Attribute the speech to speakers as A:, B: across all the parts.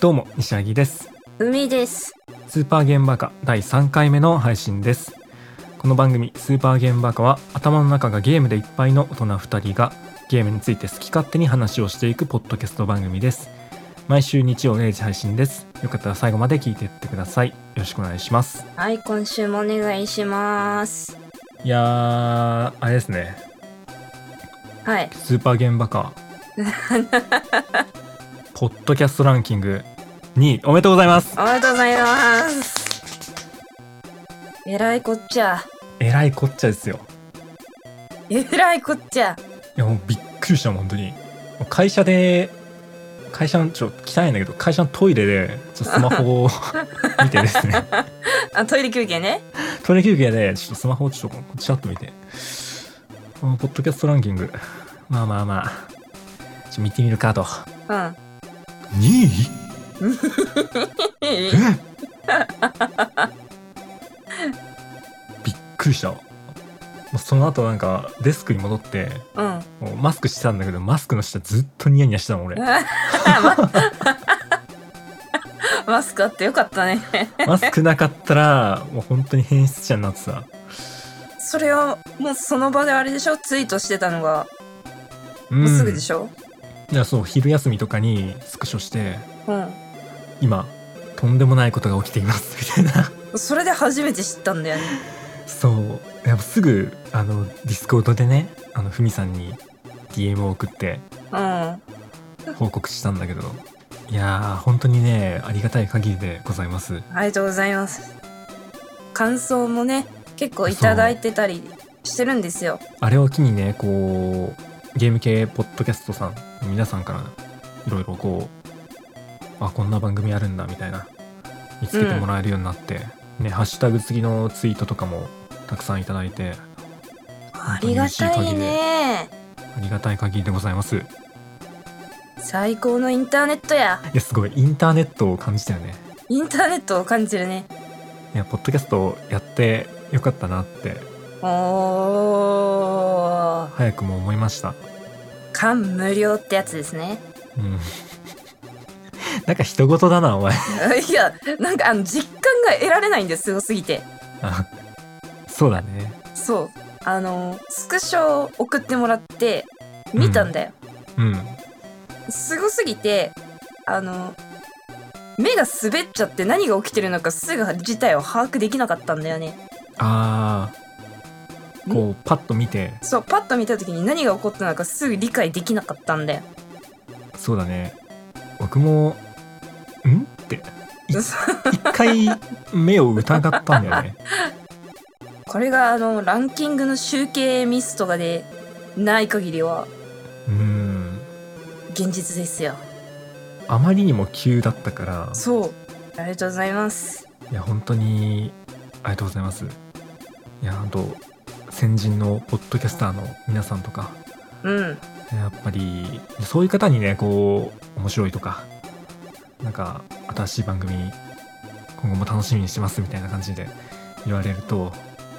A: どうも西柳です
B: 海です。
A: スーパーゲンバカ第3回目の配信ですこの番組スーパーゲンバカは頭の中がゲームでいっぱいの大人2人がゲームについて好き勝手に話をしていくポッドキャスト番組です毎週日曜0時配信ですよかったら最後まで聞いてってくださいよろしくお願いします
B: はい、今週もお願いします。
A: いやーあれですね
B: はい。
A: スーパーゲンバカポッドキャストランキング2位おめでとうございます
B: おめでとうございます。えらいこっちゃ。
A: えらいこっちゃですよ
B: えらいこっちゃ。
A: いやもうびっくりした本当に会社で会社のちょっと汚いんだけど会社のトイレでちょっとスマホを見てですね
B: あ、トイレ休憩ね。
A: トイレ休憩でちょっとスマホをちょっとチラッと見てこのポッドキャストランキングまあまあまあちょっと見てみるかと
B: うん。
A: 2位
B: え
A: びっくりしたもうその後なんかデスクに戻って
B: うん。
A: もうマスクしてたんだけどマスクの下ずっとニヤニヤしてたもん俺
B: マスクあってよかったね。
A: マスクなかったらもう本当に変質者になってた
B: それを、もうその場であれでしょツイートしてたのが、
A: うん
B: もうすぐでしょ
A: いやそう昼休みとかにスクショして
B: うん。
A: 今とんでもないことが起きていますみ たいな
B: それで初めて知ったんだよね。
A: そうやっぱすぐあのディスコードでねあのふみさんに DM を送って
B: うん。
A: 報告したんだけどいやー本当にねありがたい限りでございます
B: ありがとうございます。感想もね、結構いただいてたりしてるんですよ。
A: あれを機にねこうゲーム系ポッドキャストさんの皆さんからいろいろこうあこんな番組あるんだみたいな見つけてもらえるようになって、ねハッシュタグ付きのツイートとかもたくさんいただいて
B: ありがたいね。
A: ありがたい限りでございますい
B: 最高のインターネットや。
A: やすごいインターネットを感じたよね
B: インターネットを感じるね。
A: いやポッドキャストやってよかったなって
B: おー。
A: 早くも思いました
B: 感無量ってやつですね。
A: うん なんか人事だなお前
B: いや、なんかあの、実感が得られないんです、すごすぎて。
A: あそうだね
B: そう。あの、スクショを送ってもらって、見たんだよ。
A: うん
B: すごすぎて、あの、目が滑っちゃって何が起きてるのかすぐ事態を把握できなかったんだよね。
A: あーこうパッと見て
B: そう、パッと見た時に何が起こったのかすぐ理解できなかったんだよ。
A: そうだね僕も「ん?」ってい一回目を疑ったんだよね
B: これがあのランキングの集計ミスとかでない限りは
A: うん
B: 現実ですよ
A: あまりにも急だったから
B: そうありがとうございます
A: いや本当にありがとうございますいや本当先人のポッドキャスターの皆さんとか
B: うん
A: やっぱりそういう方にねこう面白いとかなんか新しい番組今後も楽しみにしてますみたいな感じで言われると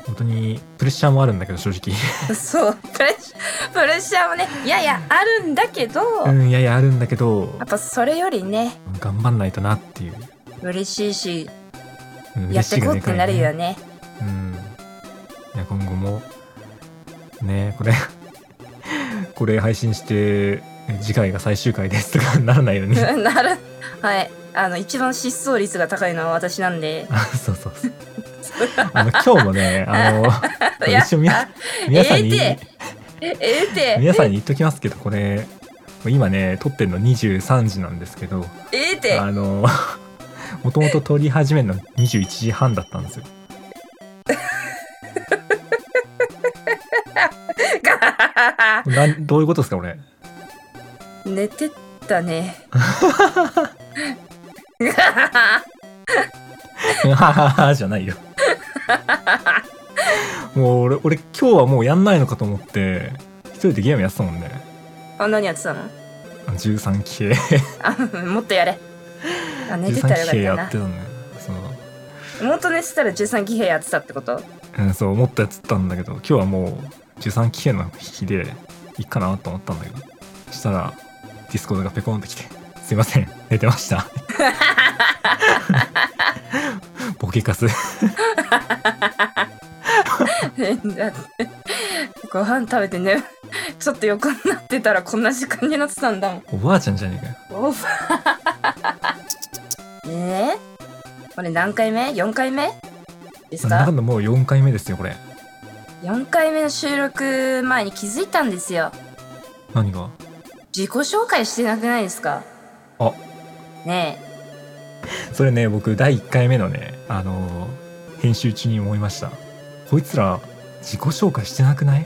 A: 本当にプレッシャーもあるんだけど正直
B: そうプレッシャープレッシャーもねいやいやあるんだけど、
A: う
B: や
A: んいやいやあるんだけど
B: っぱそれよりね
A: 頑張んないとなっていう、
B: 嬉しいし
A: うん、
B: や
A: 嬉
B: っ
A: してい
B: こ
A: が
B: う
A: で
B: っ
A: か
B: て
A: い
B: なるよね
A: うんいや今後もねこれ これ配信して次回が最終回ですとかならない ように
B: うんなるはいあの一番失踪率が高いのは私なんで
A: あそうそう そうあの今日もねあのこれ
B: や
A: 一応みな皆さんに、
B: えええって
A: 皆さんに言っときますけどこれ今ね撮ってるの23時なんですけど
B: ええって
A: あの もともと撮り始めるの21時半だったんですよなんどういうことですかこれ
B: 寝てたね
A: ははははじゃないよ。 もう俺、俺今日はもうやんないのかと思って、一人でゲームやってたもんね。
B: あ何やってたの
A: あの13期系。
B: あ もっとやれあ寝てたらよ
A: 13
B: か
A: 期系や
B: っ
A: って
B: た
A: たんだよ。そう。
B: なもっと寝てたら13騎兵やってたってこと
A: うん、そう、もっとやってたんだけど、今日はもう13期系の日で、いいかなと思ったんだけど。そしたら、ディスコードがペコンってきて、すいません寝てましたボケカス
B: だってご飯食べてねちょっと横になってたらこんな時間になってたんだもん
A: おばあちゃんじゃねえかよ
B: おば えー、これ何回目 ?4 回目です
A: なんだか
B: か
A: んだもう4回目ですよこれ
B: ?4 回目の収録前に気づいたんですよ
A: 何が
B: 自己紹介してなくないですか
A: あ
B: ねえ
A: それね僕第1回目のねあのー編集中に思いましたこいつら自己紹介してなくない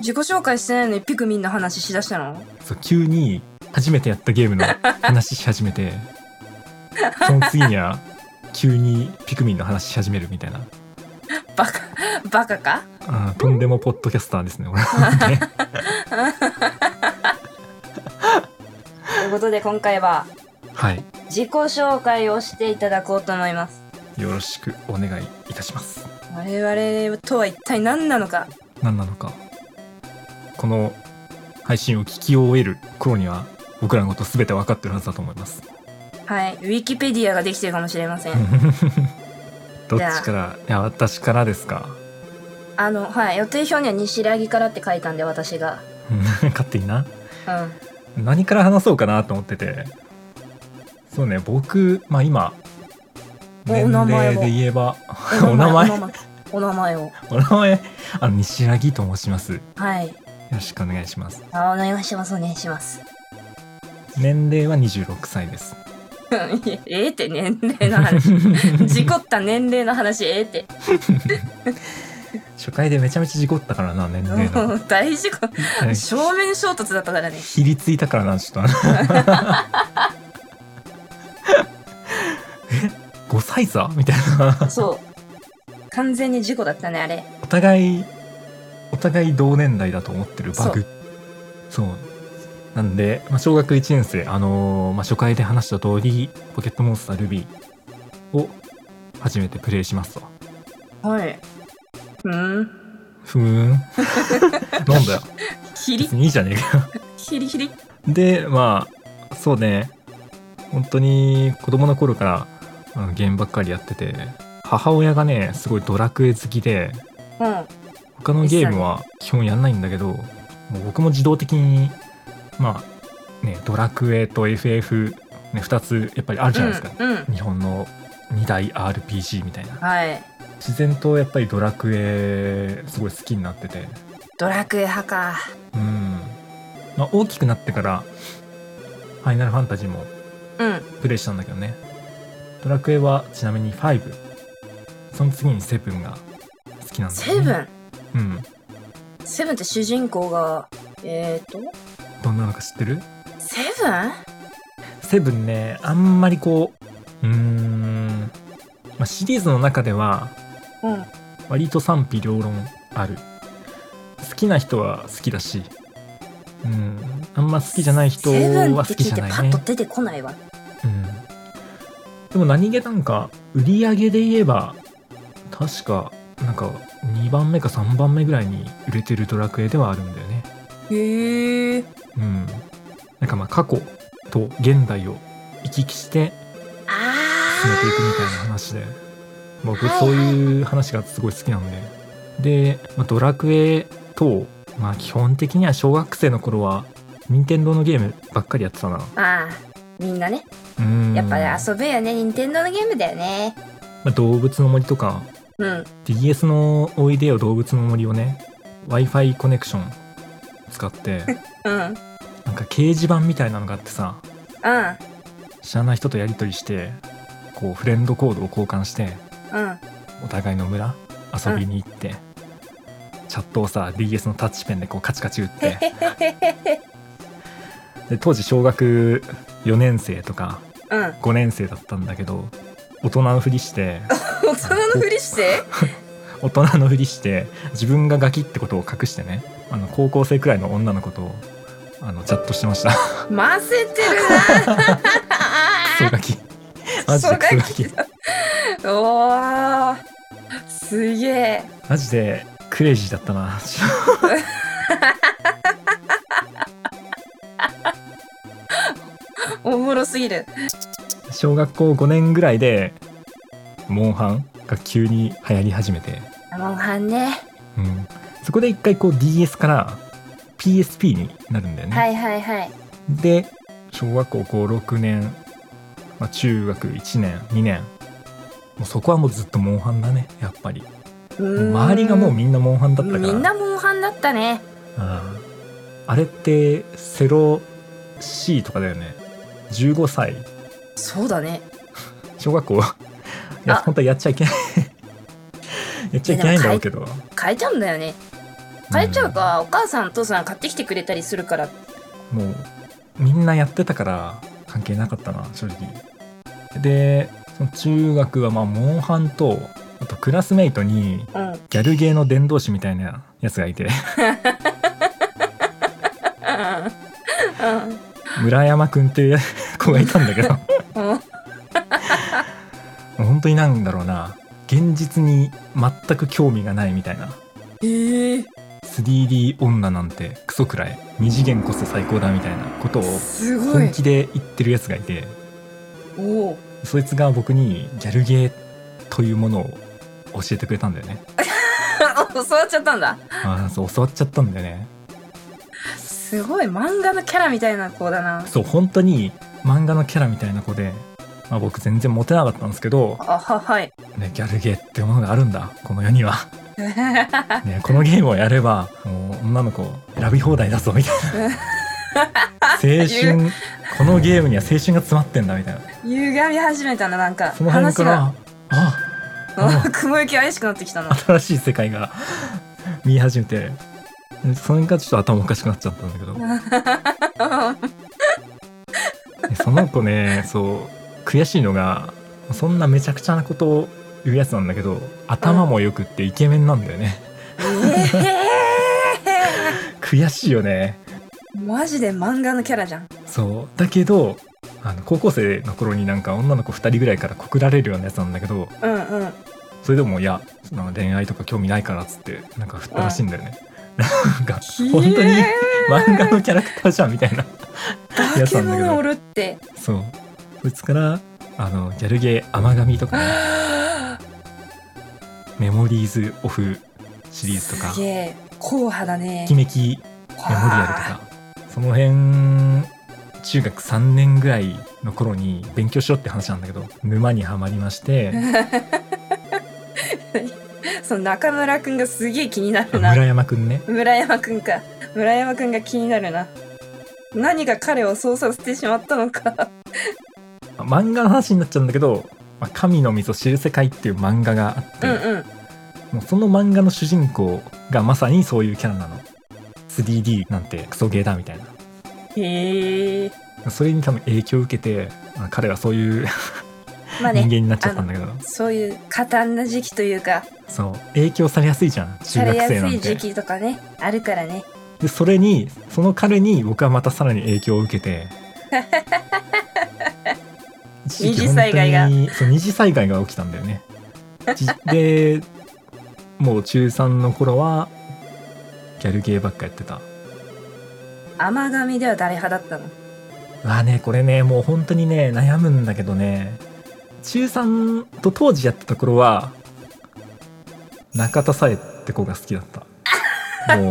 B: 自己紹介してないのにピクミンの話しだしたの
A: そう急に初めてやったゲームの話し始めてその次には急にピクミンの話し始めるみたいな
B: バカ バカか
A: あーとんでもポッドキャスターですね俺はね
B: ということで今回は
A: はい
B: 自己紹介をしていただこうと思います
A: よろしくお願いいたします
B: 我々とは一体何なのか
A: 何なのかこの配信を聞き終える頃には僕らのこと全て分かってるはずだと思います
B: はいウィキペディアができてるかもしれません、
A: どっちからいや私からですか
B: あのはい予定表には西ラギからって書いたんで私が
A: 勝手にな
B: うん
A: 何から話そうかなと思っててそうね僕まあ今
B: お
A: 年
B: お名前
A: 齢
B: を
A: で言えば お名前
B: お名前お名前を
A: お名前あの西ラギと申しますよ
B: はい
A: ろしくお願いします
B: あお願いしますお願いします
A: 年齢は26歳です
B: うんいやええって年齢の話 事故った年齢の話ええって
A: 初回でめちゃめちゃ事故ったからな年齢
B: も
A: の
B: う大事故
A: え
B: 正面衝突だったからね
A: ひりついたからなちょっとあの え5歳差みたいな
B: そう完全に事故だったねあれ
A: お互いお互い同年代だと思ってるバグそうなんで、まあ、小学1年生あのーまあ、初回で話した通りポケットモンスタールビーを初めてプレイしますと
B: はいうん
A: ふー んなんだよ
B: ヒリ
A: 別にいいじゃねえか
B: ヒリヒリ
A: でまあそうね本当に子供の頃からあのゲームばっかりやってて母親がねすごいドラクエ好きで
B: うん
A: 他のゲームは基本やんないんだけどもう僕も自動的にまあねドラクエと FF2、ね、二つやっぱりあるじゃないですか、
B: うん、うん、
A: 日本の2大 RPG みたいな
B: はい
A: 自然とやっぱりドラクエすごい好きになってて
B: ドラクエ派か
A: うんまあ大きくなってから「ファイナルファンタジー」も
B: うん
A: プレイしたんだけどねドラクエはちなみに5その次に7が好きなんだ
B: セ
A: よ
B: ブ
A: ね、
B: ン
A: ブンうん
B: セブンって主人公がえっ、ー、と
A: どんなのか知ってる
B: セブン
A: 7ねあんまりこううーん、まあ、シリーズの中では
B: うん
A: 割と賛否両論ある好きな人は好きだしうんあんま好きじゃない人
B: セブン
A: は
B: って
A: 好き
B: 聞
A: じ
B: い
A: ゃ
B: て
A: ない
B: パ
A: ね
B: ッと出てこないわ
A: うん、でも何気なんか売り上げで言えば確かなんか2番目か3番目ぐらいに売れてるドラクエではあるんだよね
B: へえ
A: うんなんかまあ過去と現代を行き来して進めていくみたいな
B: あ
A: 話で僕そういう話がすごい好きなんでで、まあ、ドラクエと、まあ、基本的には小学生の頃は任天堂のゲームばっかりやってたな
B: ーあーみんなね
A: うん
B: やっぱね
A: ま
B: 遊べよね任天堂のゲームだよね
A: あ動物の森とか
B: うん
A: DS のおいでよ動物の森をね w i f i コネクション使って
B: うん
A: なんか掲示板みたいなのがあってさ
B: う
A: 知らない人とやり取りしてこうフレンドコードを交換して
B: んうん
A: お互いの村遊びに行って、チャットをさ DS のタッチペンでこうカチカチ打っ てで当時小学4年生とか
B: うん
A: 5年生だったんだけど大人のふり して
B: 大人のふりして
A: 大人のふりして自分がガキってことを隠してねあの高校生くらいの女の子とあのチャットしてま したク
B: 混ぜて
A: ソ
B: る
A: ガ キマジでクソガキ
B: なおーすげえ
A: マジでクレイジーだったな
B: おもろすぎる。
A: 小学校5年ぐらいでモンハンが急に流行り始めて、
B: モンハンね。
A: うん、そこで一回こう DS から PSP になるんだよね、
B: はいはいはい。
A: で小学校56年、まあ、中学1年2年もうそこはもうずっとモンハンだねやっぱり周りがもうみんなモンハンだったから
B: みんなモンハンだったね。
A: うんあれってセロ C とかだよね15歳
B: そうだね。
A: 小学校いや
B: あ
A: 本当はやっちゃい けないやっちゃいけないんだろうけど
B: 変えちゃうんだよね。変えちゃうか、お母さんお父さん買ってきてくれたりするから。
A: もうみんなやってたから関係なかったな正直でその中学はまあモンハンとあとクラスメイトに
B: うん。
A: ギャルゲーの伝道師みたいなやつがいて村山くんって いう子がいたんだけども
B: うん。うん。
A: う本当になんだろうな現実に全く興味がないみたいな
B: ええ
A: 3D 女なんてクソくらい二次元こそ最高だみたいなことを
B: すごい
A: 本。気で言ってるやつがいて
B: おお。
A: そいつが僕にギャルゲーというものを教えてくれたんだよね
B: 教わっちゃったんだ。
A: ああそう教わっちゃったんだよね
B: すごい漫画のキャラみたいな子だな。
A: そう本当に漫画のキャラみたいな子で、まあ、僕全然モテなかったんですけど、
B: あははい。
A: ね、ギャルゲーってものがあるんだこの世に は、ね、このゲームをやればもう女の子選び放題だぞみたい な青春このゲームには青春が詰まってんだみたいな
B: 歪み始めたななんか
A: その辺
B: 話
A: か
B: が
A: らああ
B: うん 雲行き怪しくなってき たな。
A: 新しい世界が見え始めてそれがちょっと頭おかしくなっちゃったんだけどでその子ねそう悔しいのがそんなめちゃくちゃなことを言うやつなんだけど頭もよくってイケメンなんだよね
B: え
A: 悔しいよね
B: ー、マジで漫画のキャラじゃん。
A: そうだけどあの高校生の頃になんか女の子2人ぐらいから告られるようなやつなんだけど
B: うんうん。
A: それでもいやその恋愛とか興味ないからっつってなんか振ったらしいんだよね、なんか本当に
B: え
A: 漫画のキャラクターじゃんみたいな
B: ー、
A: や
B: 化
A: つな
B: け
A: んだけど
B: 物おるって。
A: そうそいつからあのギャルゲー甘神とか ね、メモリーズオフシリーズとか
B: すげえ硬派だね
A: とき。めきメモリアルとかその辺中学3年ぐらいの頃に勉強しろって話なんだけど沼にはまりま して
B: その中村くんがすげえ気になるな。
A: 村山くんね
B: 村山くんか。村山くんが気になるな。何が彼をそうさせてしまったのか。
A: 漫画の話になっちゃうんだけど「まあ神の水を知る世界」っていう漫画があって、
B: うんうん。
A: もうその漫画の主人公がまさにそういうキャラなの 3D なんてクソゲーだみたい
B: へえ。
A: なそれに多分影響を受けてあ彼はそういう
B: まあ
A: 人間
B: ね、
A: になっちゃったんだけど、
B: そういう過端な時期というか、
A: そう影響されやすいじゃん中
B: され
A: 学
B: や
A: 生
B: す
A: なんて
B: い時期とかね、あるからね。
A: でそれにその彼に僕はまたさらに影響を受けて 一時期
B: 二次災害が
A: 本当にそう二次災害が起きたんだよね じでもう中3の頃はギャルゲーばっかやってた
B: 甘神では誰派だったの
A: まあねこれねもう本当にね悩むんだけどね中3と当時やってた頃は中田さえって子が好きだったもう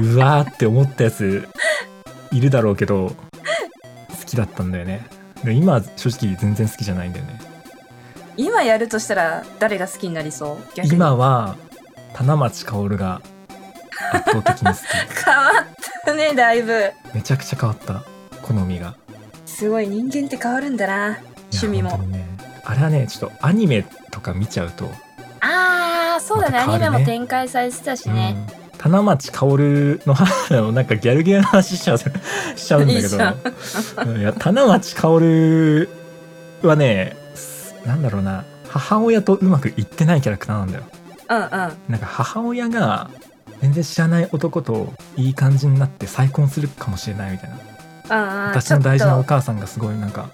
A: うわーって思ったやついるだろうけど好きだったんだよねで今は正直全然好きじゃないんだよね
B: 今やるとしたら誰が好きになりそう逆に
A: 今は棚町薫が圧倒的に好 き
B: 変わったねだいぶ
A: めちゃくちゃ変わった好みが
B: すごい人間って変わるんだない
A: や
B: 趣味も、
A: 本当にねあれはねちょっとアニメとか見ちゃうと
B: あーそうだね
A: また変わ
B: ア
A: るね
B: ニメも展開されてたしね、
A: うん、棚町薫の話なんかギャルゲーの話しちゃうしちゃうんだ
B: いいじゃん
A: けどいや棚町薫はねすなんだろうな母親とうまくいってないキャラクターなんだよ
B: うん、うん
A: なんか母親が全然知らない男といい感じになって再婚するかもしれないみたいな
B: うんうん
A: 私の大事なお
B: ち
A: 母さんがすごいなんか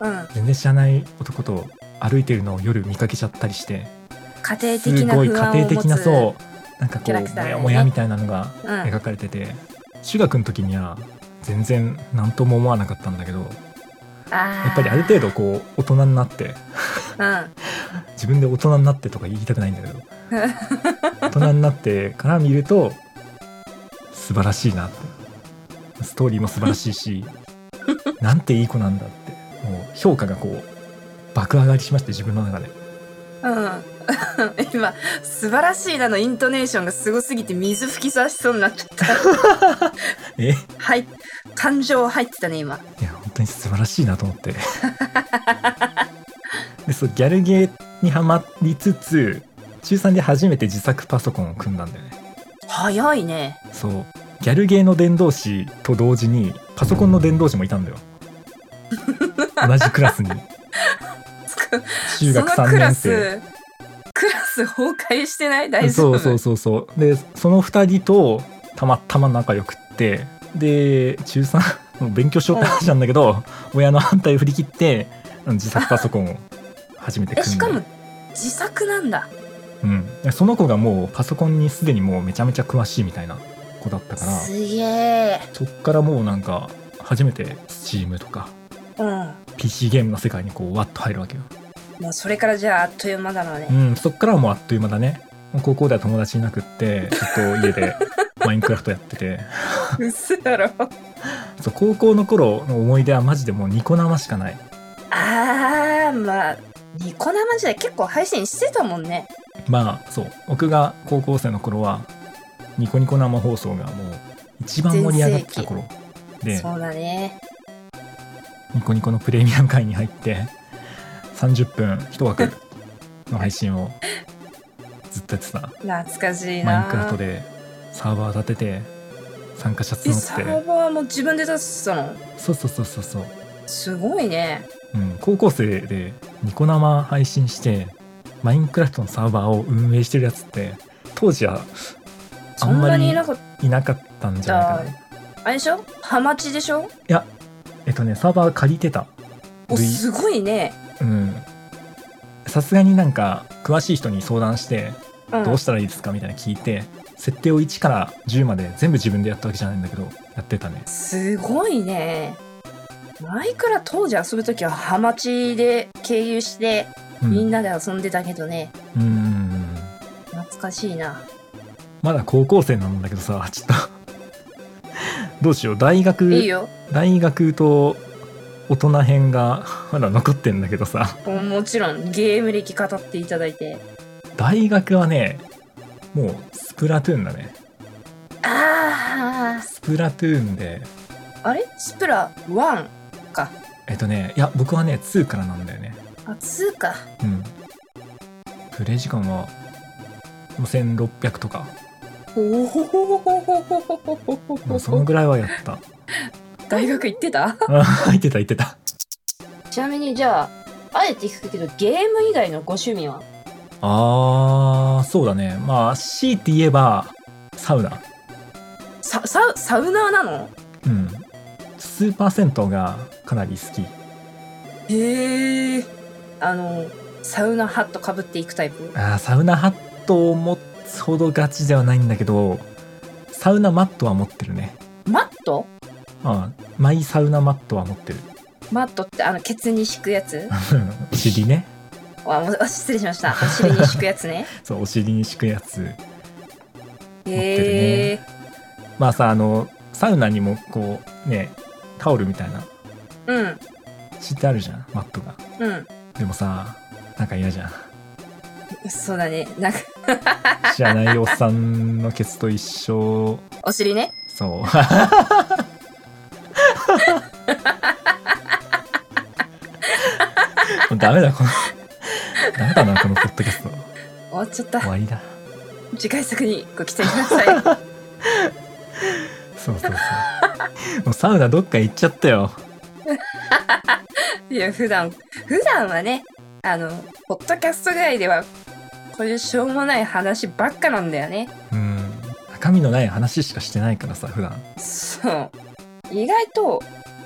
B: ょっとうん
A: 全然知らない男と歩いてるのを夜見かけちゃったりして
B: 家庭的
A: す
B: な
A: ごい
B: 不
A: 家
B: 安を
A: 庭
B: 持
A: 的
B: つ
A: なそうなんかこ
B: キャラク
A: う
B: タ
A: モ
B: ーだよ
A: ヤ
B: ね
A: モヤみたいなのが
B: うん、
A: 描かれてて中学の時には全然何とも思わなかったんだけど
B: あ
A: やっぱりある程度こう大人になって
B: 度うん
A: 自分で大人になってとか言いたくないんだけど大人になってから見ると素晴らしいなってストーリーも素晴らしいしなんていい子なんだってもう評価がこう爆上がりしまして自分の中で
B: うん 今「素晴らしいな」のイントネーションがすごすぎて水吹きさしそうになっちゃった
A: え
B: はい感情入ってたね今
A: いや本当に素晴らしいなと思って でそうギャルゲーにはまりつつ中3で初めて自作パソコンを組んだんだよね
B: 早いね
A: そうギャルゲーの伝道師と同時にパソコンの伝道師もいたんだよ同じクラスに
B: つく
A: 中学
B: その
A: 3
B: クラ
A: 年生
B: スクラス崩壊してない大丈
A: そ
B: 夫
A: うそうそうそうでその2人とたまたま仲良くってで中3もう勉強しようって話なんだけど親の反対を振り切ってあの自作パソコンを初めて
B: え
A: 組んだ
B: しかも自作なんだ
A: うん、でその子がもうパソコンにすでにもうめちゃめちゃ詳しいみたいな子だったから
B: すげえ
A: そっからもうなんか初めて Steam とか
B: うん
A: PC ゲームの世界にこうワッと入るわけよ、
B: まあそれからじゃああっという間だろうね
A: うん、そっからはもうあっという間だねもう高校では友達いなくってずっと家でマインクラフトやってて
B: 嘘だろ
A: そう高校の頃の思い出はマジでもうニコ生しかない
B: あーまあニコ生時代結構配信してたもんね
A: まあそう僕が高校生の頃はニコニコ生放送がもう一番盛り上がってた頃で
B: そうだね
A: ニコニコのプレミアム会に入って30分1枠の配信をずっとやってた
B: 懐かしいな
A: マインクラフトでサーバー立てて参加者
B: えサ
A: 募っ
B: ー
A: て
B: バーも自分で出してたの
A: そうそうそうそうそう、
B: すごいね
A: うん、高校生でニコ生配信してマインクラフトのサーバーを運営してるやつって当時はあ
B: そ
A: ん
B: ん
A: ま
B: なに
A: り
B: いなかっ
A: いなかったんじゃないかな
B: じたあれでしょハマチでしょ
A: えっとねサーバー借りてた
B: お
A: 類
B: すごいね
A: うんさすがになんか詳しい人に相談して
B: うん
A: どうしたらいいですかみたいな聞いて設定を1から10まで全部自分でやったわけじゃないんだけどやってたね
B: すごいね。前から当時遊ぶときはハマチで経由して
A: うん
B: みんなで遊んでたけどね、
A: うんうんうん
B: 懐かしいな。
A: まだ高校生なんだけどさちょっと どうしよう大学
B: いいよ。
A: 大学と大人編がまだ残ってんだけどさ
B: ももちろんゲーム歴語っていただいて。
A: 大学はねもうスプラトゥーンだね
B: あ
A: スプラトゥーンで
B: あ、あれスプラ1か。
A: えっとねいや僕はね2からなんだよね
B: あ、2か。
A: うんプレイ時間は5600とか
B: おほほほほほほほほほほ
A: も
B: ほ
A: うそのぐらいはやった
B: 大学行ってた
A: あ入ってた入ってた
B: ちなみにじゃあ、あえて聞くけどゲーム以外のご趣味は
A: あーそうだねまあ強いて言えばサウナ
B: サ、サ、サウナーなの
A: うんスーパー銭湯がかなり好き
B: へえ。あの、サウナハットかぶっていくタイプ。
A: あーサウナハットを持つほどガチではないんだけどサウナマットは持ってるね
B: マット
A: あーマイサウナマットは持ってる
B: マットってあの、ケツに敷くやつ
A: お尻ね
B: わもうあ失礼しました。お尻に敷くやつ ね。
A: そうお尻に敷くやつ
B: へえ、
A: まあさあのサウナにもこうねタオルみたいな
B: うん、
A: 敷いてあるじゃんマットが
B: うん。
A: でもさなんか嫌じゃん
B: そうだね。なんか、
A: 知らないおっさんのケツと一緒
B: お尻ね。
A: そうもうダメだこのダメだなこのポッドキャスト
B: 終わっちゃった
A: 終。わりだ
B: 次回作にご期待ください。
A: そうそうそうもうサウナどっか行っちゃったよ
B: いや、普段、普段はね、あの、ポッドキャスト外では、こういうしょうもない話ばっかなんだよね。
A: うん中身のない話しかしてないからさ普段
B: そう意外と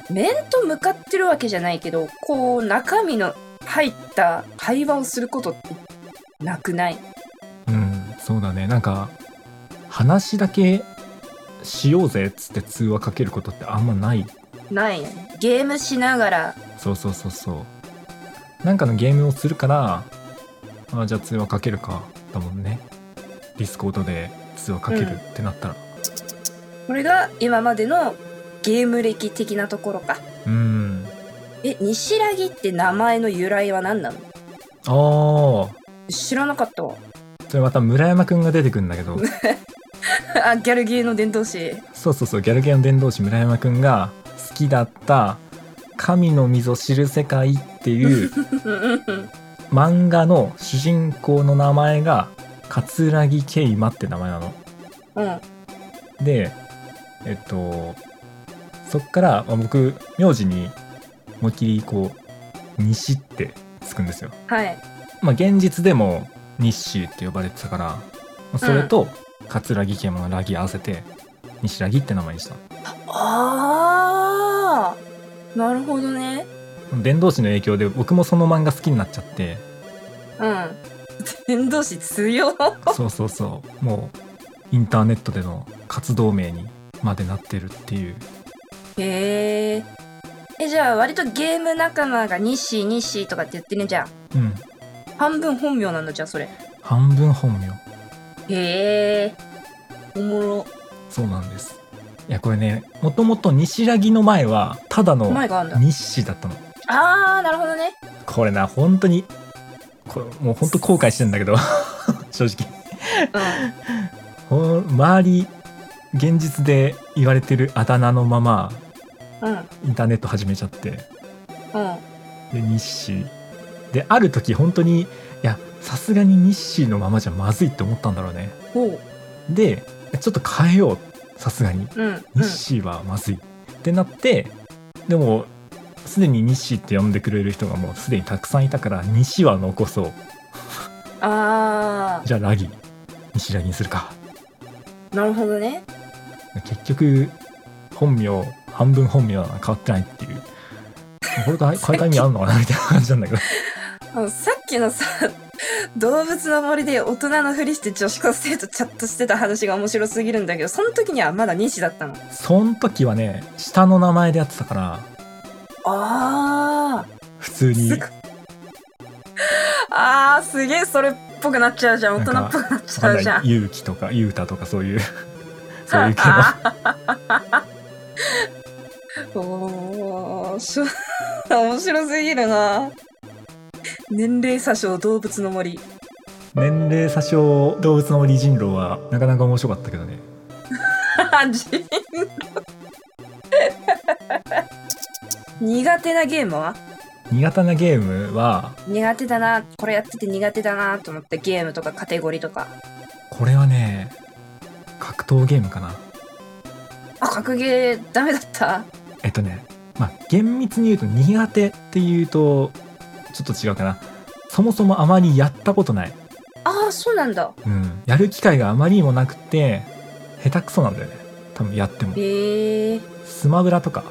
B: 面と向かってるわけじゃないけどこう中身の入った会話をすることってなくない
A: うんそうだねなんか話だけしようぜっつって通話かけることってあんまない
B: ないゲームしながら
A: そうそうそうそうなんかのゲームをするからあじゃあ通話かけるかだもんねディスコードで通話かけるってなったら
B: これが今までのゲーム歴的なところか
A: うん
B: え西ラギって名前の由来は何なの
A: あー
B: 知らなかったわ
A: それまた村山くんが出てくるんだけど
B: あギャルゲーの伝道師
A: そうそうそうギャルゲーの伝道師村山くんが好きだった「神の溝知る世界」っていう
B: うんうんうん
A: 漫画の主人公の名前が桂木桂馬って名前なの。
B: うん
A: でえっとそっから、まあ、僕名字に思いっきりこう「西」ってつくんですよ。
B: はい
A: まあ現実でも「日誌」って呼ばれてたからまあそれと桂木家のラギ合わせて「西ラギ」って名前にした
B: あーなるほどね
A: の伝道師の影響で僕もその漫画好きになっちゃって
B: うん伝道師強
A: そうそうそうもうインターネットでの活動名にまでなってるっていう
B: へええじゃあ割とゲーム仲間が「ニッシーニッシー」とかって言ってねじゃん
A: うん
B: 半分本名なんだじゃあそれ
A: 半分本名
B: へえおもろ
A: そうなんですいやこれねもともと西ラギの前はただの
B: 前があんだ
A: 日誌だったの
B: あーなるほどね
A: これな本当にこれもう本当後悔してんだけど 正直
B: う
A: ほん周り現実で言われてるあだ名のまま
B: んうん
A: インターネット始めちゃって
B: うん
A: で日誌である時本当にいやさすがに日誌のままじゃまずいって思ったんだろうね
B: ほう
A: でちょっと変えようさすがに
B: うんうん
A: 日 誌はまずいってなってでもすでに日誌って呼んでくれる人がもうすでにたくさんいたから日誌は残そう
B: あ
A: じゃあラギ西ラギにするか
B: ーなるほどね
A: 結局本名半分本名は変わってないっていうこれ変え変えた意味あるのかなみたいな感じなんだけど
B: あのさっきのさ 動物の森で大人のふりして女子高生とチャットしてた話が面白すぎるんだけどその時にはまだニッシーだったの
A: そん時はね下の名前でやってたから
B: あ
A: 普通に
B: すごいーあーすげえそれっぽくなっちゃうじゃん大人っぽくなっちゃうじゃん
A: 勇気とか勇太とかそういうそういう系の
B: おーしょ面白すぎるな年齢詐称動物の森
A: 年齢詐称動物の森人狼はなかなか面白かったけどね
B: 人狼苦手なゲームは
A: 苦手なゲームは
B: 苦手だなこれやってて苦手だなと思ったゲームとかカテゴリーとか
A: これはね格闘ゲームかな
B: あ格ゲーダメだった
A: えっとねまあ厳密に言うと苦手っていうとちょっと違うかなそもそもあまりやったことない、
B: ああそうなんだ
A: うん、やる機会があまりにもなくて下手くそなんだよね多分やっても
B: へえ
A: スマブラとか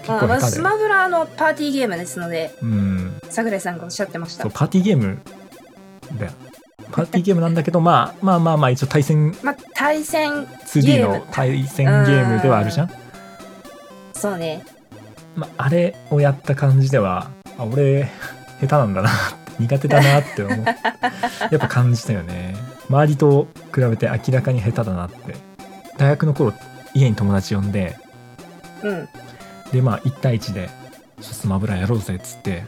A: 結
B: あま
A: 構
B: あ
A: 下
B: ス
A: 手で
B: マブラのパーティーゲームですので
A: うん
B: 桜井さんがおっしゃってました
A: そうパーティーゲームだよパーティーゲームなんだけどまあまあまあまあ一応対戦
B: まあ対戦
A: 2D
B: ゲーム
A: の対戦ゲームではあるじゃん
B: そうね
A: まあ、あれをやった感じではあ俺下手なんだな苦手だなって 思うやっぱ感じたよね周りと比べて明らかに下手だなって大学の頃家に友達呼んで
B: うん
A: でまあ1対1で「ちょっとスマブラやろうぜ」っつって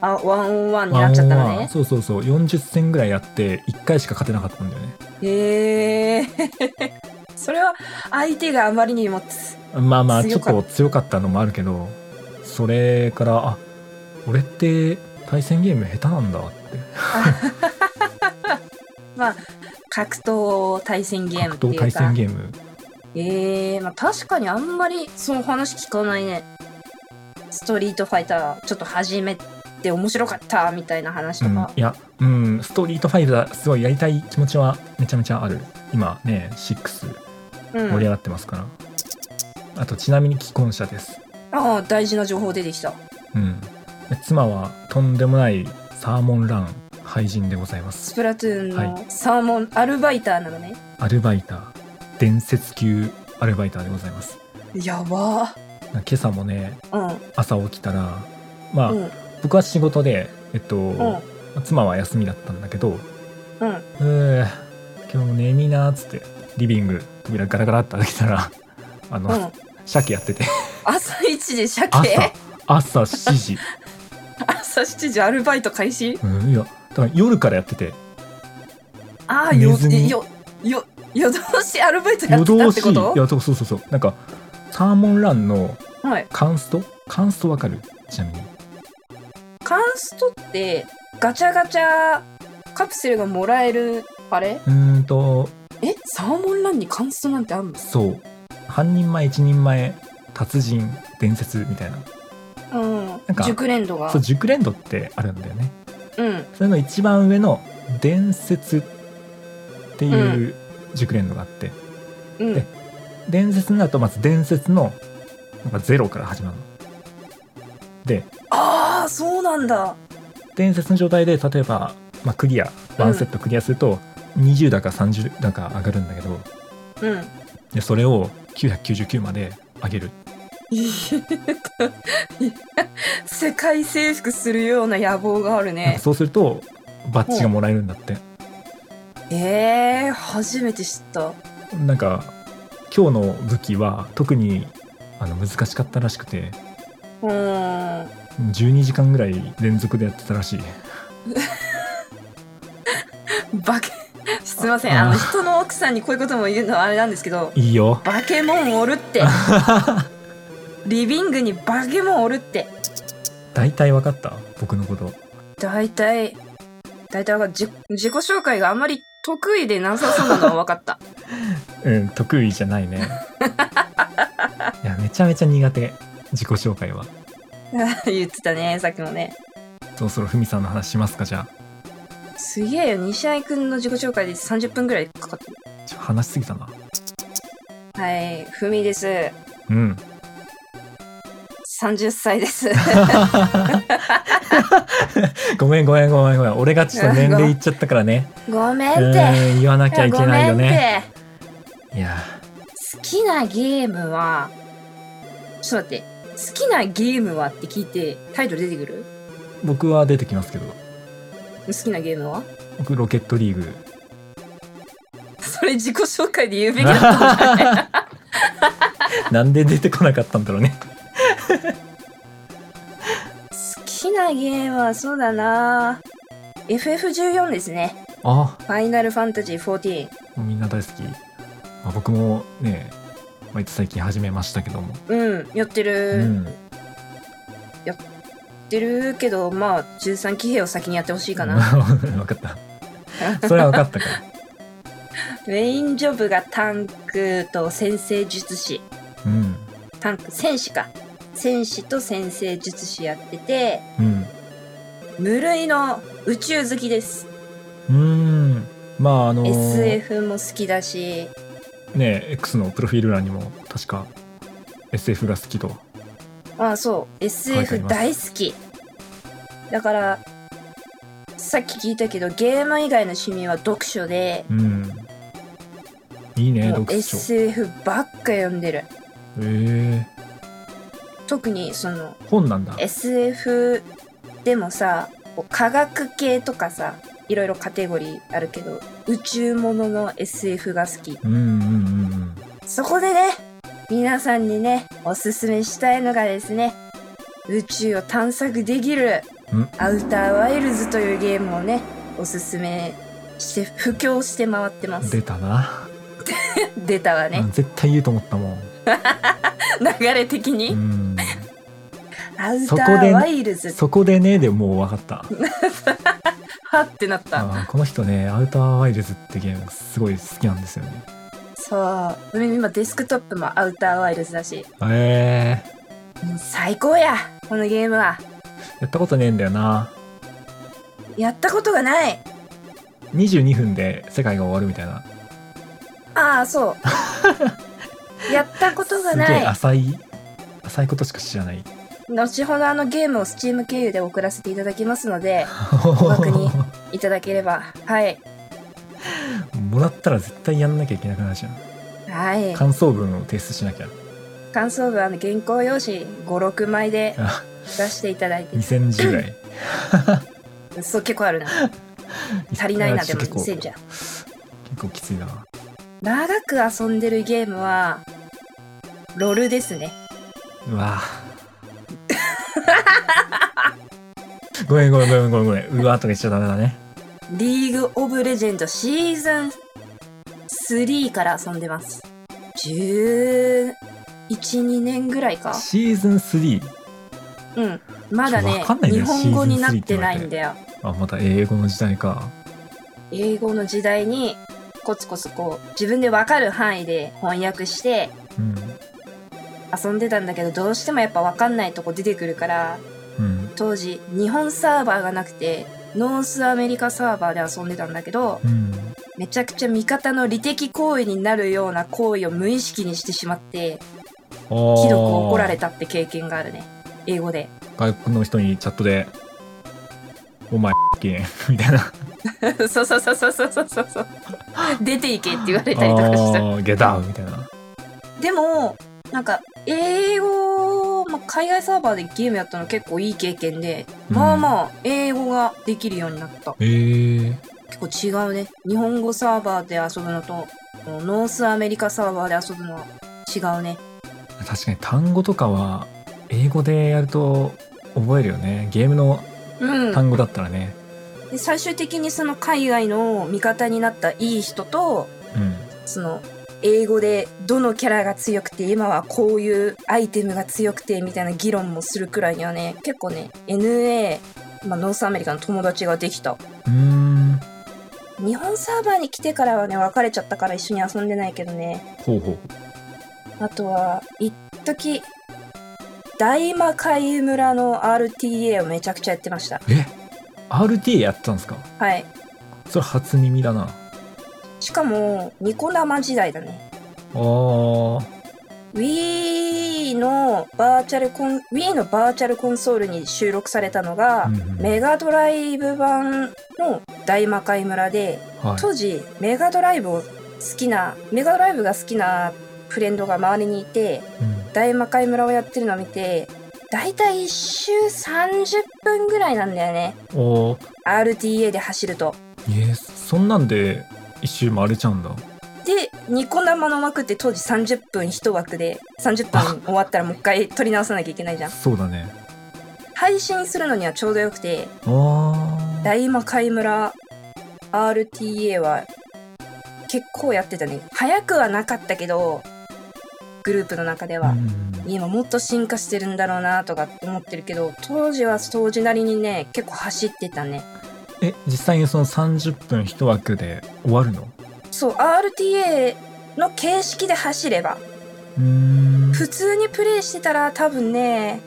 B: あワンオンワンに
A: ワ
B: なっちゃった
A: ンオン
B: の
A: ワン
B: ね
A: そうそうそう40戦ぐらいやって1回しか勝てなかったんだよね
B: へえ それは相手があまりにもつ
A: まあまあちょ
B: 強
A: っ
B: か
A: と
B: っ
A: 強かったのもあるけどそれからあ俺って対戦ゲーム下手なんだって
B: まあ格闘対戦ゲーム
A: 格
B: って
A: 闘
B: い
A: 対
B: う
A: 戦
B: か
A: ゲーム
B: ええまあ確かにあんまりその話聞かないねストリートファイターちょっと始めて面白かったみたいな話と
A: うん
B: か、
A: いやうんストリート5はすごいやりたい気持ちはめちゃめちゃある今ね6
B: うん
A: 盛り上がってますから、あとちなみに既婚者です
B: ああ大事な情報出てきた
A: うんで妻はとんでもないサーモンラン廃人でございま
B: ス
A: す
B: プラトゥーン
A: は
B: のサーモンアルバイターなのね、
A: アルバイター伝説級アルバイターでございます
B: やば
A: 今朝もね
B: うん
A: 朝起きたらまあ、
B: うん
A: 僕は仕事でえっと、
B: うん
A: 妻は休みだったんだけど
B: うん
A: うー今日も眠いなーっつってリビング扉ガラガラって開けたら あの、
B: うん
A: 鮭やって て
B: 朝一で鮭
A: 朝朝7時、
B: 朝7時アルバイト開始
A: うん、いやだから夜からやってて
B: ああよ
A: ネズミ
B: よよ夜通しアルバイトやっ
A: 夜
B: てたっ
A: 通
B: て
A: し
B: こ
A: い
B: と
A: やそうそうそうそうなんかサーモンランの
B: はい
A: カンストカンストわかるちなみに
B: カンストってガチャガチャカプセルがもらえるあれ
A: うーんと
B: えサーモンランにカンストなんてあんの
A: そう半人前一人前達人伝説みたいな
B: うん
A: んか
B: 熟練度が
A: そう熟練度ってあるんだよね
B: うん
A: それの一番上の伝説っていう熟練度があって、
B: うん
A: で伝説になるとまず伝説のなんかゼロから始まるの。で
B: ああそうなんだ
A: 伝説の状態で例えば、まあ、クリア1セットクリアすると20だか30だか上がるんだけど
B: うん
A: でそれを999まで上げる
B: い や世界征服するような野望がある
A: なんか
B: ね
A: そうするとバッジがもらえるんだって、
B: えー、初めて知った
A: なんか今日の武器は特にあの難しかったらしくて
B: うん
A: 12時間ぐらい連続でやってたらしい
B: バケすいませんあ
A: あ
B: の
A: ー
B: 人の奥さんにこういうことも言うのはあれなんですけど
A: いいよ
B: バケモンおるって リビングにバケモンおるって
A: 大体分かった僕のこと
B: 大体大体はじ自己紹介があんまり得意でなさそうなのは分かった
A: うん得意じゃない ねいやめちゃめちゃ苦手自己紹介は
B: 言ってたねさっきもね
A: そろそろふみさんの話しますかじゃ
B: すげえよ西愛くんの自己紹介で30分ぐらいかかってる
A: あちょ話しすぎたな
B: はいふみです
A: うん
B: 30歳 です。
A: ごめんごめんごめんごめん俺がちょっと年齢言っちゃったからね
B: ごめん
A: う
B: て。
A: ん言わなきゃいけないよ
B: ご
A: ね
B: めんて。
A: いや
B: 好きなゲームは、ちょっと待って。好きなゲームはって聞いて、タイトル出てくる
A: 僕は出てきますけど
B: 好きなゲームは
A: 僕ロケットリーグ
B: それ自己紹介で言うべき だったんじゃない
A: なんで出てこなかったんだろうね
B: 好きなゲームはそうだな FF14 ですね。
A: あ
B: ファイナルファンタジー14。
A: もうみんな大好き、まあ、僕もね割と最近始めましたけども
B: うん、やって
A: う
B: る。や
A: ん
B: ってるけど、まあ、13騎兵を先にやってほしいか な。
A: 分か ったそれは分かったから
B: メインジョブがタンクと先生術師。
A: うん
B: タンク戦士か戦士と先生術師やってて
A: うん
B: 無類の宇宙好きです、
A: うーんまああの
B: SF も好きだし
A: ね X のプロフィール欄にも確か SF が好きと
B: ああそ
A: 書
B: う
A: いて
B: SF
A: あり
B: 大好きだからさっき聞いたけどゲーム以外の趣味は読書で、
A: うんいいね
B: もう
A: 読書
B: SF ばっか読んでる
A: えー、
B: 特にその
A: 本なんだ
B: SF でもさこう科学系とかさいろいろカテゴリーあるけど宇宙ものの SF が好き
A: うんうんうんうん
B: そこでね、皆さんにね、おすすめしたいのがですね、宇宙を探索できる
A: うん
B: アウターワイルズというゲームをね、おすすめして、布教して回ってます
A: 出。たな、
B: 出たわ
A: う
B: ね
A: ん、絶対言うと思ったもん、
B: 流れ的
A: う
B: に。
A: ん、
B: アウタ
A: そこで
B: ー
A: ね
B: ワイルズ、
A: そこでねでもう分か った
B: はってなった。
A: あーこの人ねアウターワイルズってゲームすごい好きなんですよね
B: そう。俺今デスクトップもアウターワイルズだし、
A: ええ
B: もう最高やこのゲームは。
A: やったことねえんだよな
B: やったことがない
A: 22分で世界が終わるみたいな
B: あ あ、そう。やったことが
A: すげ
B: な
A: え
B: い。
A: 浅い浅いことしか知らない
B: 後ほどあのゲームを Steam 経由で送らせていただきますの で楽にいただければはい
A: もらったら絶対やんなきゃいけなくなるじゃん
B: はい。
A: 感想文を提出しなきゃ
B: 感想文、あの、原稿用紙5、6枚で
A: あ
B: 出していただいて。
A: 2010ぐらい
B: そう、結構あるな。足りないな、で も
A: 結構
B: 2000じゃ。
A: 結構きついな
B: 長く遊んでるゲームは、ロルですね。
A: うわごめんごめんごめんごめんごめんうわーとか言っちゃダメだね
B: リーグオブレジェンドシーズン3から遊んでます。11、2年ぐらいか。
A: シーズン3
B: うん。まだね
A: わかん、ないね
B: 日本語になっ
A: シーズン3って
B: て
A: 言わ
B: な
A: れて
B: いんだよ。
A: あまた英語の時代か
B: 英語の時代に、コツコツこう、自分でわかる範囲で翻訳して
A: うん
B: 遊んでたんだけど、どうしてもやっぱわかんないとこ出てくるから、
A: うん
B: 当時、日本サーバーがなくて、ノースアメリカサーバーで遊んでたんだけど、
A: うん
B: めちゃくちゃ味方の利的行為になるような行為を無意識にしてしまって、
A: あー
B: ひどく怒られたって経験があるね。英語で。
A: 外国の人にチャットで「お前 けん」みたいな
B: そうそうそうそうそうそうそう。出ていけって言わ
A: 「
B: れたりとかした。
A: ああゲダウ」みたいな
B: でも、なんか、英語、まあ、海外サーバーでゲームやったの結構いい経験で、
A: うん
B: まあまあ、英語ができるようになった。
A: えー、
B: 結構違うね。日本語サーバーで遊ぶのと、ノースアメリカサーバーで遊ぶのは違うね。
A: 確かに単語とかは英語でやると覚えるよねゲームの
B: うん。
A: 単語だったらね
B: で最終的にその海外の味方になったいい人と
A: うん
B: その英語でどのキャラが強くて今はこういうアイテムが強くてみたいな議論もするくらいにはね結構ね NA、まあ、ノースアメリカの友達ができた
A: うーん
B: 日本サーバーに来てからはね別れちゃったから一緒に遊んでないけどね
A: ほうほ
B: あとは一時大魔界村の RTA をめちゃくちゃやってました
A: うえ RT やってたんですか
B: はい
A: それ初耳だなあ
B: しかもニコ生時代だね
A: ー
B: Wii のバーチャルコン、Wii のバーチャルコンソールに収録されたのが、
A: うんうん
B: メガドライブ版の大魔界村で、
A: はい
B: 当時メガドライブを好きな、メガドライブが好きなフレンドが周りにいて、
A: うん
B: 大魔界村をやってるのを見て、だいたい一周30分ぐらいなんだよね。
A: おー
B: RTA で走ると。
A: えー、そんなんで一周回れちゃうんだ
B: で、ニコ生の枠って当時30分1枠で、30分終わったらもう一回撮り直さなきゃいけないじゃん。
A: そうだね
B: 配信するのにはちょうどよくて、
A: ああ
B: 大魔界村 RTA は結構やってたね。早くはなかったけど、グループの中では。今もっと進化してるんだろうなとかって思ってるけど、当時は当時なりにね、結構走ってたね。
A: え実際にその30分一枠で終わるの
B: そう、RTA の形式で走れば、
A: うーん
B: 普通にプレイしてたら多分ね、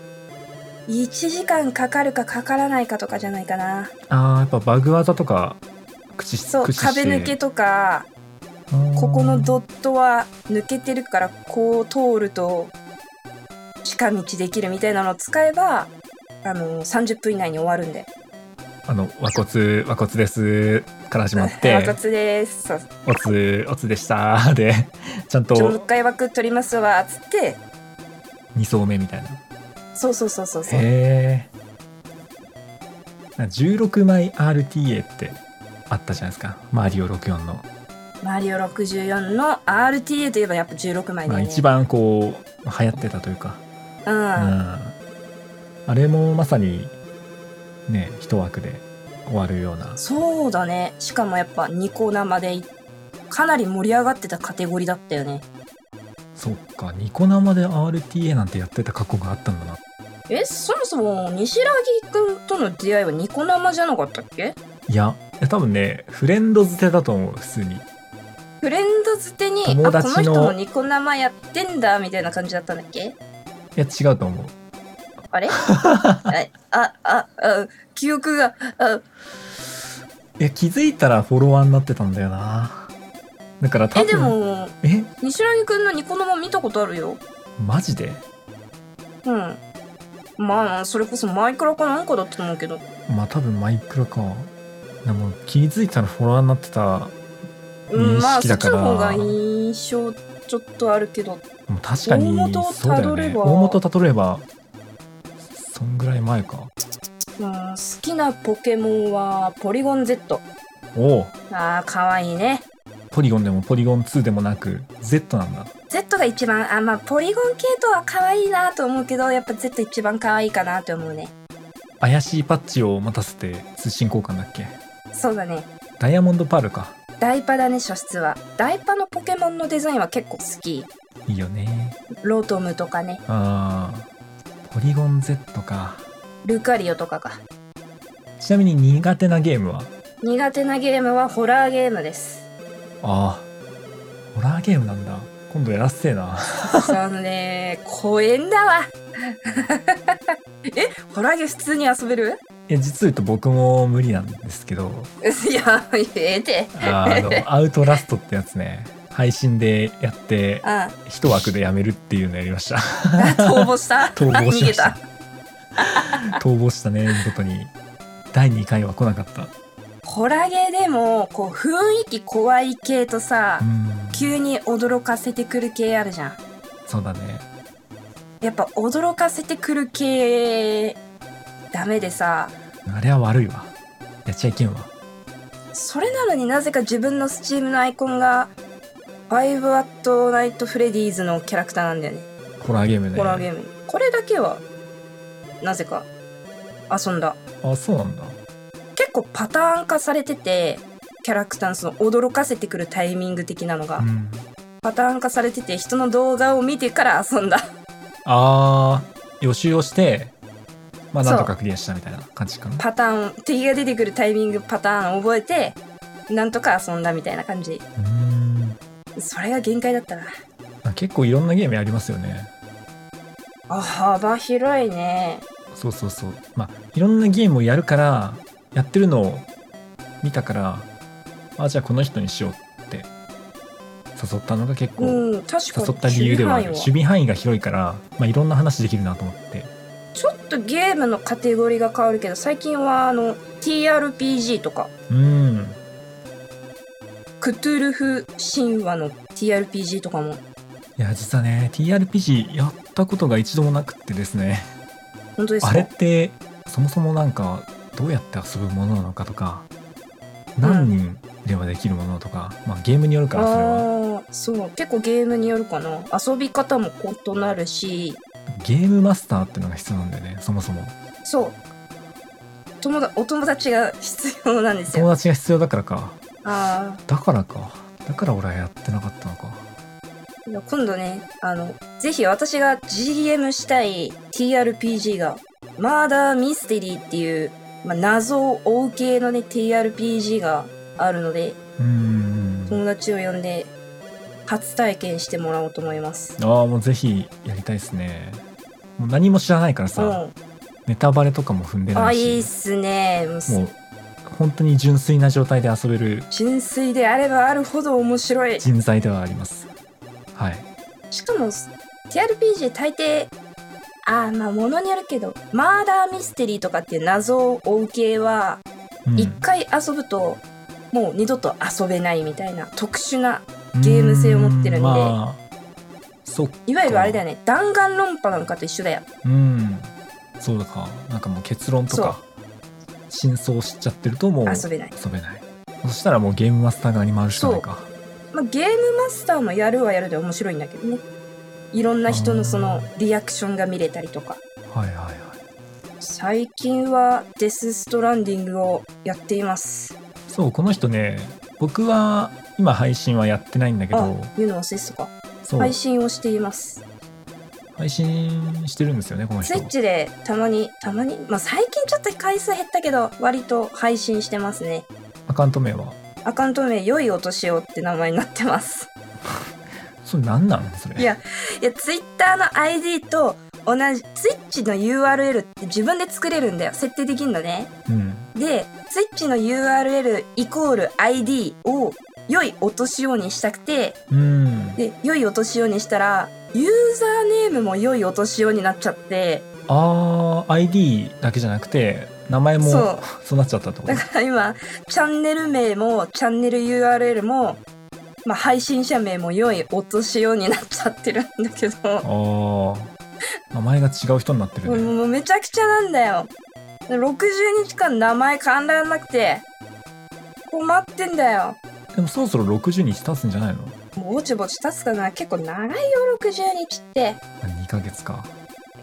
B: 1時間かかるかかからないかとかじゃないかな。
A: あーやっぱバグ技とか口
B: そう、
A: 駆使し
B: 壁
A: て
B: 抜けとか、ここのドットは抜けてるからこう通ると近道できるみたいなのを使えばあの30分以内に終わるんで
A: あの和骨和骨ですから始まっ て
B: 赤津ですそう
A: おつおつでした ーでちゃん
B: ちょもう
A: と
B: 一回枠取りますわつって
A: 2層目みたいな
B: そうそうそうそうそ
A: へ
B: う
A: え16枚 RTA ってあったじゃないですかマリオ64の、
B: マリオ64の RTA といえばやっぱ16枚だ
A: まあ、
B: よね、
A: 一番こう流行ってたというか、うん
B: うん
A: あれもまさにね一枠で終わるような
B: そうだねしかもやっぱニコ生でかなり盛り上がってたカテゴリーだったよね
A: そっかニコ生で RTA なんてやってた過去があったんだな
B: えそもそも西良木くんとの出会いはニコ生じゃなかったっけ
A: いやいや多分ねフレンド捨てだと思う普通に
B: フレンド捨てに
A: 友達の
B: あこの人もニコ生やってんだみたいな感じだったんだっけ
A: いや違うと思う
B: あれああああ記憶があ
A: いや気づいたらフォロワーになってたんだよなだから多
B: え
A: 分
B: でも
A: え
B: 西良木くんのニコ生見たことあるよ
A: マジで
B: うんまあそれこそマイクラかなんかだったと思うけど
A: まあ多分マイクラかでも気づいたらフォロワーになってた
B: うん、まあ
A: 認識
B: そ
A: だ
B: っち
A: から
B: の方が印象ちょっとあるけど
A: もう確かに
B: 大元を
A: そうだよ
B: たどれ
A: ね
B: ば
A: 大元たどればそんぐらい前か
B: うん好きなポケモンはポリゴン Z
A: おお
B: ああかわいいね
A: ポリゴンでもポリゴン2でもなく Z なんだ
B: Z が一番あまあポリゴン系統は可愛いなと思うけどやっぱ Z 一番可愛いかなと思うね
A: 怪しいパッチを待たせて通信交換だっけ
B: そうだね
A: ダイヤモンドパールか
B: ダイパだね初出はダイパのポケモンのデザインは結構好き
A: いいよね
B: ロトムとかね
A: あーポリゴン Z か
B: ルカリオとかが
A: ちなみに苦手なゲームは
B: 苦手なゲームはホラーゲームです
A: ああホラーゲームなんだ今度やらせてえな
B: そうね 公園だわえホラーゲー普通に遊べる
A: いや実を言うと僕も無理なんですけど
B: いやええて
A: あーあのアウトラストってやつね配信でやって
B: あ
A: 一枠でやめるっていうのやりました
B: 逃亡した
A: 逃亡しました
B: 逃げ
A: 逃亡したね見事に第2回は来なかった
B: たホラゲーでもこう雰囲気怖い系とさ、
A: うん
B: 急に驚かせてくる系あるじゃん
A: そうだね
B: やっぱ驚かせてくる系ダメでさ
A: あれは悪いわやっちゃいけんわ
B: それなのになぜか自分のスチームのアイコンが「ファイブアットナイトフレディーズ」のキャラクターなんだよね
A: ホラーゲームね
B: ホラーゲームこれだけはなぜか遊んだ
A: あそうなんだ
B: 結構パターン化されててキャラクターのその驚かせてくるタイミング的なのが、
A: うん
B: パターン化されてて人の動画を見てから遊んだ
A: あー予習をしてまあ
B: そう
A: なんとかクリアしたみたいな感じかな
B: パターン敵が出てくるタイミングパターンを覚えてなんとか遊んだみたいな感じ
A: うん
B: それが限界だったな
A: あ結構いろんなゲームやりますよね
B: あ幅広いね
A: そうそうそうまあいろんなゲームをやるからやってるのを見たからあじゃあこの人にしようって誘ったのが結構、
B: うん確かに
A: 誘った理由ではある守
B: 守備
A: 備範
B: 範囲
A: 囲が広いから、まあ、いろんな話できるなと思って
B: ちょっとゲームのカテゴリーが変わるけど最近はあの TRPG とか
A: うん
B: クトゥルフ神話の TRPG とかも
A: いや実はね TRPG やったことが一度もなくってですね
B: 本当です
A: あ
B: か
A: れってそもそもなんかどうやって遊ぶものなのかとか何人ではできるものとか、まあ、ゲームによるからそれは
B: ああそう結構ゲームによるかな遊び方も異なるし
A: ゲームマスターってのが必要なんだよねそもそも
B: そう友達お友達が必要なんです
A: 友
B: よ
A: 達が必要だからか
B: あ
A: だからかだから俺はやってなかったのか
B: あ今度ねあのぜひ私が GM したい TRPG がマーダーミステリーっていう、まあ、謎を追う系のね TRPG があるので
A: うーん
B: 友達を呼んで初体験してもらおうと思います
A: ああもうぜひやりたいですねもう何も知らないから
B: う
A: さ、
B: ん
A: ネタバレとかも踏んで
B: あ
A: ない
B: い
A: し
B: いっすねもう
A: もう本当に純粋な状態で遊べる
B: 純粋であればあるほど面白い
A: 人材ではありますはい
B: しかも TRPG 大抵ああまあものによるけどマーダーミステリーとかっていう謎を追う系は
A: うん
B: 一回遊ぶともう二度と遊べないみたいな特殊なゲーム性を持ってるんで
A: うまあそっ
B: いわゆるあれだよね弾丸論破なんかと一緒だよ
A: うんそうだかなんかもう結論とか真相を知っちゃってるともう
B: 遊べない、
A: 遊べないそしたらもうゲームマスター側に回るしかないか
B: まあ、ゲームマスターもやるはやるで面白いんだけどねいろんな人のそのリアクションが見れたりとか
A: はいはいはい
B: 最近はデスストランディングをやっています
A: そうこの人ね僕は今配信はやってないんだけ
B: あ
A: ど
B: いうのアシストか
A: そう
B: 配信をしています
A: 配信してるんですよねこの
B: ス
A: 人
B: イッチでたまにたまにまあ最近ちょっと回数減ったけど割と配信してますね
A: アカウント名は
B: アカウント名良いお年をって名前になってます
A: それ何なんそれ
B: いやいやツイッターの ID と同じツイッチの URL って自分で作れるんだよ設定できるのね
A: うん
B: でツイッチの URL イコール ID を良いお年をにしたくて
A: うん
B: で良いお年をにしたらユーザーネームも良いお年をになっちゃって
A: あー ID だけじゃなくて名前も
B: そう
A: そうなっちゃったってこと
B: だから今チャンネル名もチャンネル URL もまあ、配信者名も良いお年をになっちゃってるんだけど、
A: ああ名前が違う人になってる
B: もう
A: ね
B: もうめちゃくちゃなんだよ。60日間名前考えらなくて、困ってんだよ。
A: でもそろそろ60日経つんじゃないの
B: もうぼちぼち経つかな。結構長いよ、60日って。
A: あ2ヶ月か、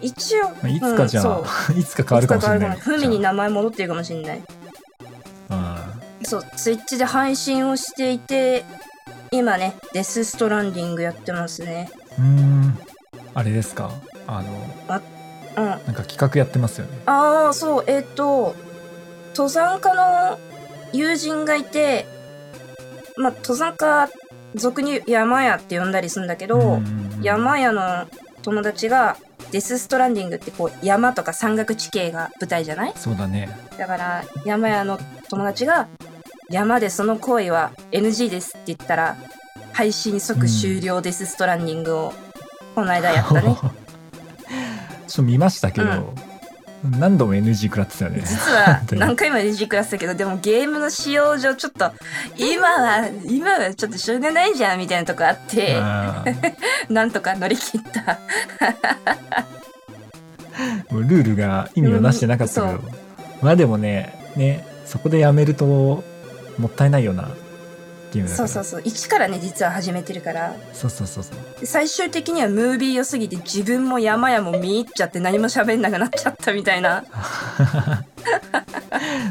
B: 一応、
A: まあいつかじゃ
B: う
A: あ、
B: ん
A: いつか変わるかもしれない
B: いつか変わるかもふみに名前戻ってるかもしれない。
A: あ
B: そう、ツイッチで配信をしていて、今ね、デスストランディングやってますね。
A: うんうーんあれですかあの
B: うん。
A: なんか企画やってますよね
B: ああ、そう、えっ、と、登山家の友人がいて、まあ、登山家、俗に山屋って呼んだりするんだけど、
A: ん
B: 山屋の友達が、デスストランディングってこう山とか山岳地形が舞台じゃない
A: そうだね
B: だから山屋の友達が山でその行為は NG ですって言ったら配信即終了です、ストランディングをこの間やったね
A: ちょっと見ましたけど、何度も NG 食らってたよね
B: 実 は
A: で
B: 何回も NG クラスだけどでもゲームの使用上ちょっと今は今はちょっとしょうがないじゃんみたいなとこあって
A: あー
B: なんとか乗り切った
A: もうルールが意味をなしてなかったけど、
B: うん
A: まあでもねねそこでやめるともったいないようなゲームだか
B: そう
A: ら
B: そうそう一からね実は始めてるから
A: そうそうそうそう
B: で最終的にはムービー良すぎて自分も山々も見入っちゃって何も喋んなくなっちゃったみたいな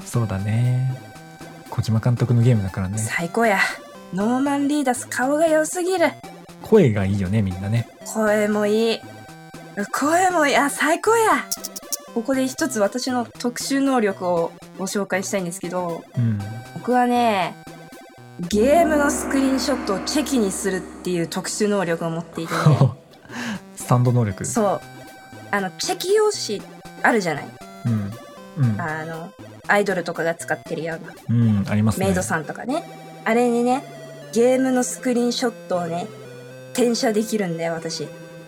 A: そうだね小島監督のゲームだからね
B: 最高やノーマン・リーダス顔が良すぎる
A: 声がいいよねみんなね
B: 声もいい声もいいあ最高やここで一つ私の特殊能力をご紹介したいんですけど
A: うん
B: 僕はねゲームのスクリーンショットをチェキにするっていう特殊能力を持っていてね
A: スタンド能力
B: そうあのチェキ用紙あるじゃない
A: うんうん
B: あのアイドルとかが使ってるような
A: うんありますね
B: メイドさんとかねあれにねゲームのスクリーンショットをね転写できるんだよ私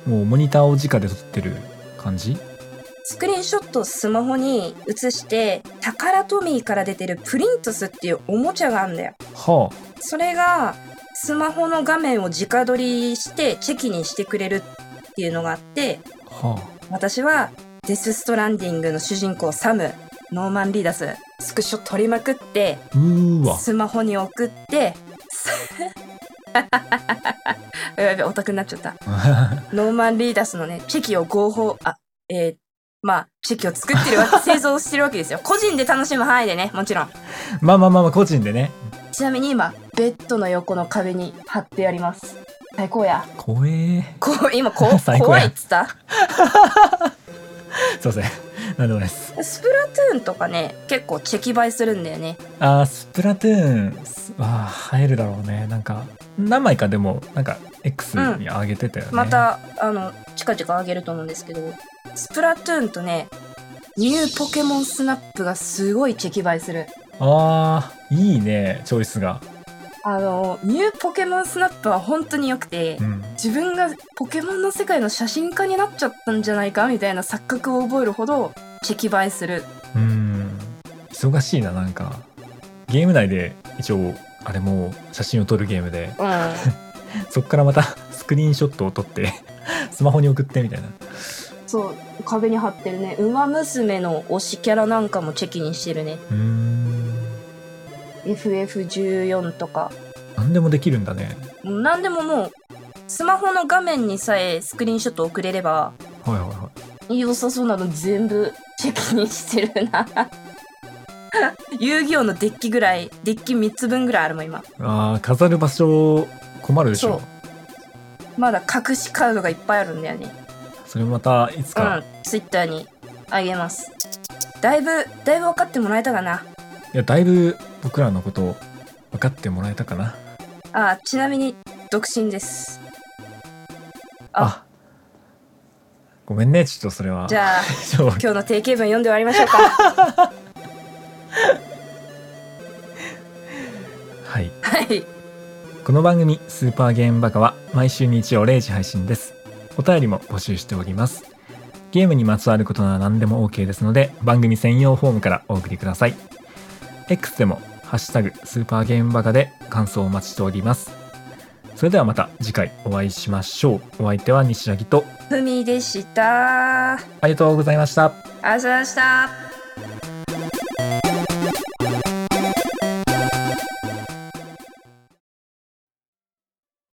A: もうモニターを直で撮ってる感じ
B: スクリーンショットをスマホに写してタカラトミーから出てるプリントスっていうおもちゃがあるんだよ
A: は
B: それがスマホの画面を直撮りしてチェキにしてくれるっていうのがあって
A: あは
B: 私はデス・ストランディングの主人公サムノーマン・リーダススクショ撮りまくって
A: あうーわ
B: スマホに送って やべオタクになっちゃったノーマン・リーダスのね、チェキを合法、あ、えー、まあ、チェキを作ってるわけ、製造してるわけですよ。個 人で楽しむ範囲でね、もちろん。
A: まあまあまあまあ個人でね
B: ちなみに今、ベッドの横の壁に貼ってあります。最高や。
A: 怖え
B: こう、今、こ う、
A: 最高や
B: 怖いっつった
A: すいません なんでもないです
B: スプラトゥーンとかね、結構チェキ映えするんだよね。
A: あースプラトゥーンすあー入るだろうねなんか何枚かでもなんか X に上げてたよね、
B: また、あの、近々あげると思うんですけど、スプラトゥーンとね、ニューポケモンスナップがすごいチェキ映えする。
A: あーいいねチョイスが
B: あの、ニューポケモンスナップは本当に良くて、
A: うん
B: 自分がポケモンの世界の写真家になっちゃったんじゃないかみたいな錯覚を覚えるほどチェキ映えする
A: うん忙しいななんかゲーム内で一応あれも写真を撮るゲームで
B: うん
A: そっからまた スクリーンショットを撮って スマホに送ってみたいな
B: そう壁に貼ってるね「ウマ娘」の推しキャラなんかもチェキにしてるね
A: うーん
B: FF14 とか
A: 何でもできるんだね
B: もう何でももうスマホの画面にさえスクリーンショット送れれば
A: はいはいはい
B: 良さそうなの全部チェキにしてるな 遊戯王のデッキぐらいデッキ3つ分ぐらいあるもん今
A: あー飾る場所困るでしょ
B: そうまだ隠しカードがいっぱいあるんだよね
A: それもまたいつか、
B: うん、ツイッターにあげます。だいぶ、だいぶ分かってもらえたかな。
A: いやだいぶ僕らのこと分かってもらえたかな
B: あ、ちなみに、独身です。
A: あごめんねちょっと それは
B: じゃあ、
A: 以上
B: 今日の定型文読んで終わりましょうか。
A: はい
B: はい。
A: この番組「スーパーゲームバカ」は毎週日曜0時配信ですお便りも募集しておりますゲームにまつわることなら何でも OK ですので番組専用フォームからお送りください X でも「ハッシュタグスーパーゲームバカ」で感想をお待ちしておりますそれではまた次回お会いしましょうお相手は西柳と
B: ふみでした。
A: ありがとうございました
B: ありがとうございました。